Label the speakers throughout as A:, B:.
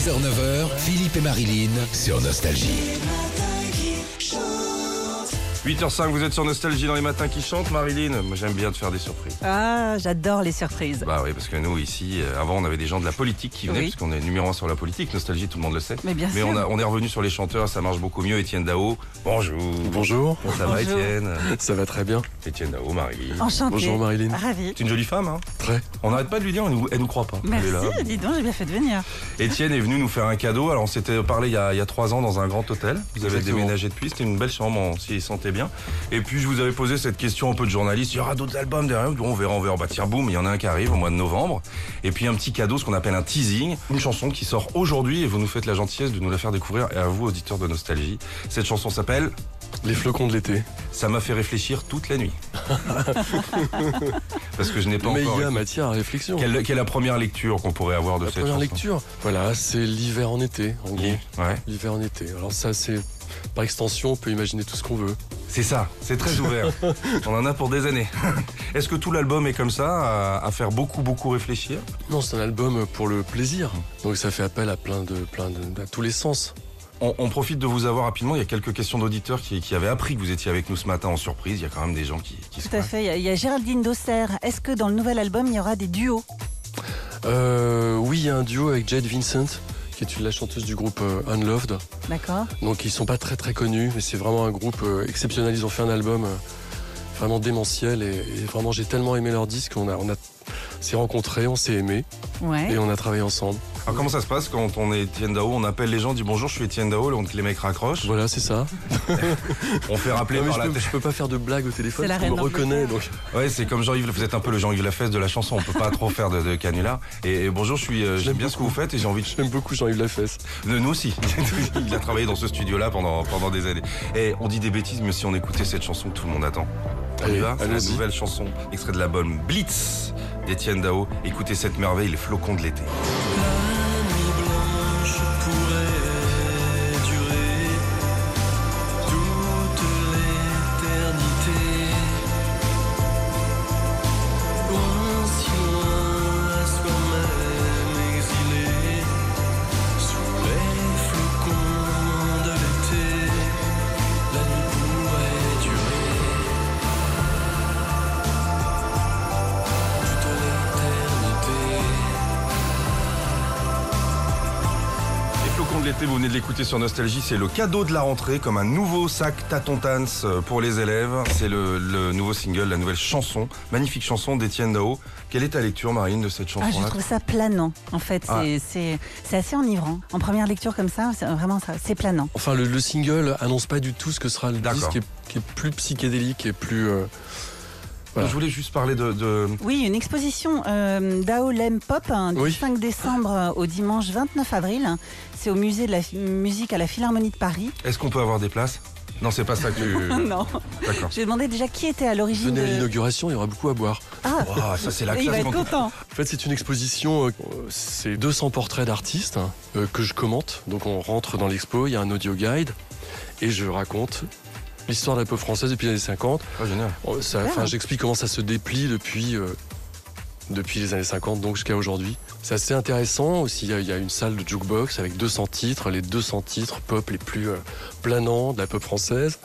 A: 6h-9h, Philippe et Marilyn sur Nostalgie.
B: 8h05, vous êtes sur Nostalgie dans les matins qui chantent, Marilyn. Moi, j'aime bien te faire des surprises.
C: Ah, j'adore les surprises.
B: Bah oui, parce que nous, ici, euh, avant, on avait des gens de la politique qui venaient,
C: Oui.
B: puisqu'on est numéro un sur la politique. Nostalgie, tout le monde le sait.
C: Mais bien
B: Mais
C: sûr.
B: on, a- on est revenu sur les chanteurs, ça marche beaucoup mieux. Étienne Dao, bonjour.
D: Bonjour,
B: Comment ça va,
C: Bonjour.
B: Étienne
D: ça va très bien.
B: Étienne Dao, Marilyn.
C: Enchantée.
D: Bonjour, Marilyn.
B: Ah.
C: Ravie.
B: C'est une jolie femme, hein
D: Très.
B: On n'arrête pas de lui dire, elle nous, elle nous croit pas. Elle est là.
C: Merci, dis donc, j'ai bien fait de venir.
B: Étienne est venu nous faire un cadeau. Alors, on s'était parlé il y, a, il y a trois ans dans un grand hôtel. Vous avez
D: Exactement.
B: déménagé depuis. C'était une belle chambre, on s'y sentait bien. Et puis, je vous avais posé cette question un peu de journaliste. Il y aura d'autres albums derrière. On verra, on verra. Bah, tiens, boum, il y en a un qui arrive au mois de novembre. Et puis, un petit cadeau, ce qu'on appelle un teasing. Une chanson qui sort aujourd'hui. Et vous nous faites la gentillesse de nous la faire découvrir. Et à vous, auditeurs de Nostalgie. Cette chanson s'appelle
D: Les flocons de l'été.
B: Ça m'a fait réfléchir toute la nuit. Parce que je n'ai pas
D: Mais il
B: encore.
D: y a matière à réflexion.
B: Quelle, quelle est la première lecture qu'on pourrait avoir de
D: La
B: cette
D: première
B: chanson
D: lecture, voilà, c'est l'hiver en été, en gros.
B: Ouais.
D: L'hiver en été. Alors ça, c'est par extension, on peut imaginer tout ce qu'on veut.
B: C'est ça, c'est très ouvert. On en a pour des années. Est-ce que tout l'album est comme ça, à, à faire beaucoup, beaucoup réfléchir
D: Non, c'est un album pour le plaisir. Donc ça fait appel à plein de, plein de, à tous les sens.
B: on, on profite de vous avoir rapidement. Il y a quelques questions d'auditeurs qui, qui avaient appris que vous étiez avec nous ce matin en surprise. Il y a quand même des gens qui, qui se
C: Tout à
B: prennent.
C: fait. Il y a- Il y a Géraldine Dosser. Est-ce que dans le nouvel album, il y aura des duos
D: Euh, oui, il y a un duo avec Jade Vincent, qui est une, la chanteuse du groupe euh, Unloved.
C: D'accord
D: Donc ils sont pas très très connus, mais c'est vraiment un groupe euh, exceptionnel. Ils ont fait un album euh, vraiment démentiel et, et vraiment j'ai tellement aimé leur disque. On a, on a s'est rencontrés, on s'est aimés
C: Ouais.
D: et on a travaillé ensemble.
B: Alors, comment ça se passe quand on est Étienne Dao On appelle les gens, on dit bonjour, je suis Étienne Dao, on les mecs raccrochent.
D: Voilà, c'est ça.
B: On fait rappeler
D: Non, mais
B: par
D: je,
B: la
D: peux, je peux pas faire de blague au téléphone
C: C'est la
D: parce qu'on
C: reine
D: me reconnaît. Donc
B: Ouais, c'est comme Jean-Yves, vous êtes un peu le Jean-Yves Lafesse de la chanson, on peut pas trop faire de, de canular. Et, et bonjour, je suis, euh, j'aime
D: l'aime
B: bien ce que vous faites et j'ai envie de
D: j'aime beaucoup Jean-Yves Lafesse.
B: Euh, Nous aussi. Il a travaillé dans ce studio-là pendant, pendant des années. Et on dit des bêtises, mais si on écoutait cette chanson que tout le monde attend. On y
D: Allez,
B: va C'est la
D: allons-y.
B: nouvelle chanson, extrait de l'album Blitz d'Étienne Dao. Écoutez cette merveille, les flocons de l'été. Les flocons de l'été, vous venez de l'écouter sur Nostalgie, c'est le cadeau de la rentrée, comme un nouveau sac Tatontans euh, pour les élèves. C'est le, le nouveau single, la nouvelle chanson, magnifique chanson d'Étienne Dao. Quelle est ta lecture, Marine, de cette
C: Ah, je
B: chanson-là
C: trouve ça planant, en fait. C'est-
B: Ah.
C: C'est c'est assez enivrant. En première lecture comme ça, c'est vraiment ça. C'est planant.
D: Enfin, le, le single annonce pas du tout ce que sera le
B: D'accord.
D: disque qui est, qui est plus psychédélique et plus. euh,
B: Je voulais juste parler de- de,
C: Oui, une exposition euh, d'Ao Lem Pop hein, du
D: Oui.
C: 5 décembre euh, au dimanche 29 avril. C'est au musée de la fi- musique à la Philharmonie de Paris.
B: Est-ce qu'on peut avoir des places Non, c'est pas ça que tu...
C: non.
B: D'accord.
C: J'ai demandé déjà qui était à l'origine
D: Venez à
C: de...
D: l'inauguration, il y aura beaucoup à boire.
C: Ah,
B: Waouh, ça c'est la
C: il va
B: classe.
C: être
B: quand-
C: content.
D: En fait, c'est une exposition, euh, c'est 200 portraits d'artistes hein, euh, que je commente. Donc, on rentre dans l'expo, il y a un audio guide et je raconte l'histoire de la pop française depuis les années 50.
B: Oh, génial.
D: Euh, ça-
C: Super.
D: Enfin, j'explique comment ça se déplie depuis, euh, depuis les années 50, donc jusqu'à aujourd'hui. C'est assez intéressant aussi. Il y a- il y, a une salle de jukebox avec 200 titres, les 200 titres pop les plus euh, planants de la pop française.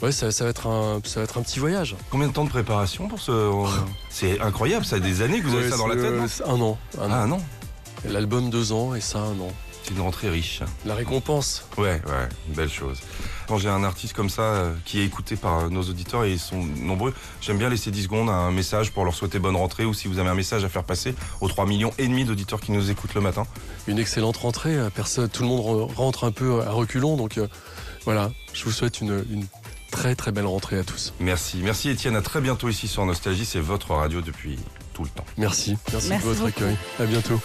D: Ouais, ça, ça va être un, ça va être un petit voyage.
B: Combien de temps de préparation pour ce... euh, C'est incroyable, ça a des années que vous avez
D: Ouais,
B: ça dans la
D: c'est,
B: tête.
D: euh,
B: non
D: c'est un an. un an.
B: ah non,
D: Et L'album deux ans et ça un an.
B: c'est une rentrée riche.
D: La récompense.
B: Ouais, ouais, une belle chose. Quand j'ai un artiste comme ça euh, qui est écouté par euh, nos auditeurs et ils sont nombreux, j'aime bien laisser 10 secondes à un message pour leur souhaiter bonne rentrée ou si vous avez un message à faire passer aux 3 millions et demi d'auditeurs qui nous écoutent le matin.
D: une excellente rentrée. euh, Personne, tout le monde re- rentre un peu à reculons. Donc euh, voilà, je vous souhaite une, une très très belle rentrée à tous.
B: Merci, merci Étienne, à très bientôt ici sur Nostalgie, c'est votre radio depuis tout le temps.
D: Merci. Merci,
C: Merci
D: de votre
C: beaucoup.
D: accueil. À bientôt.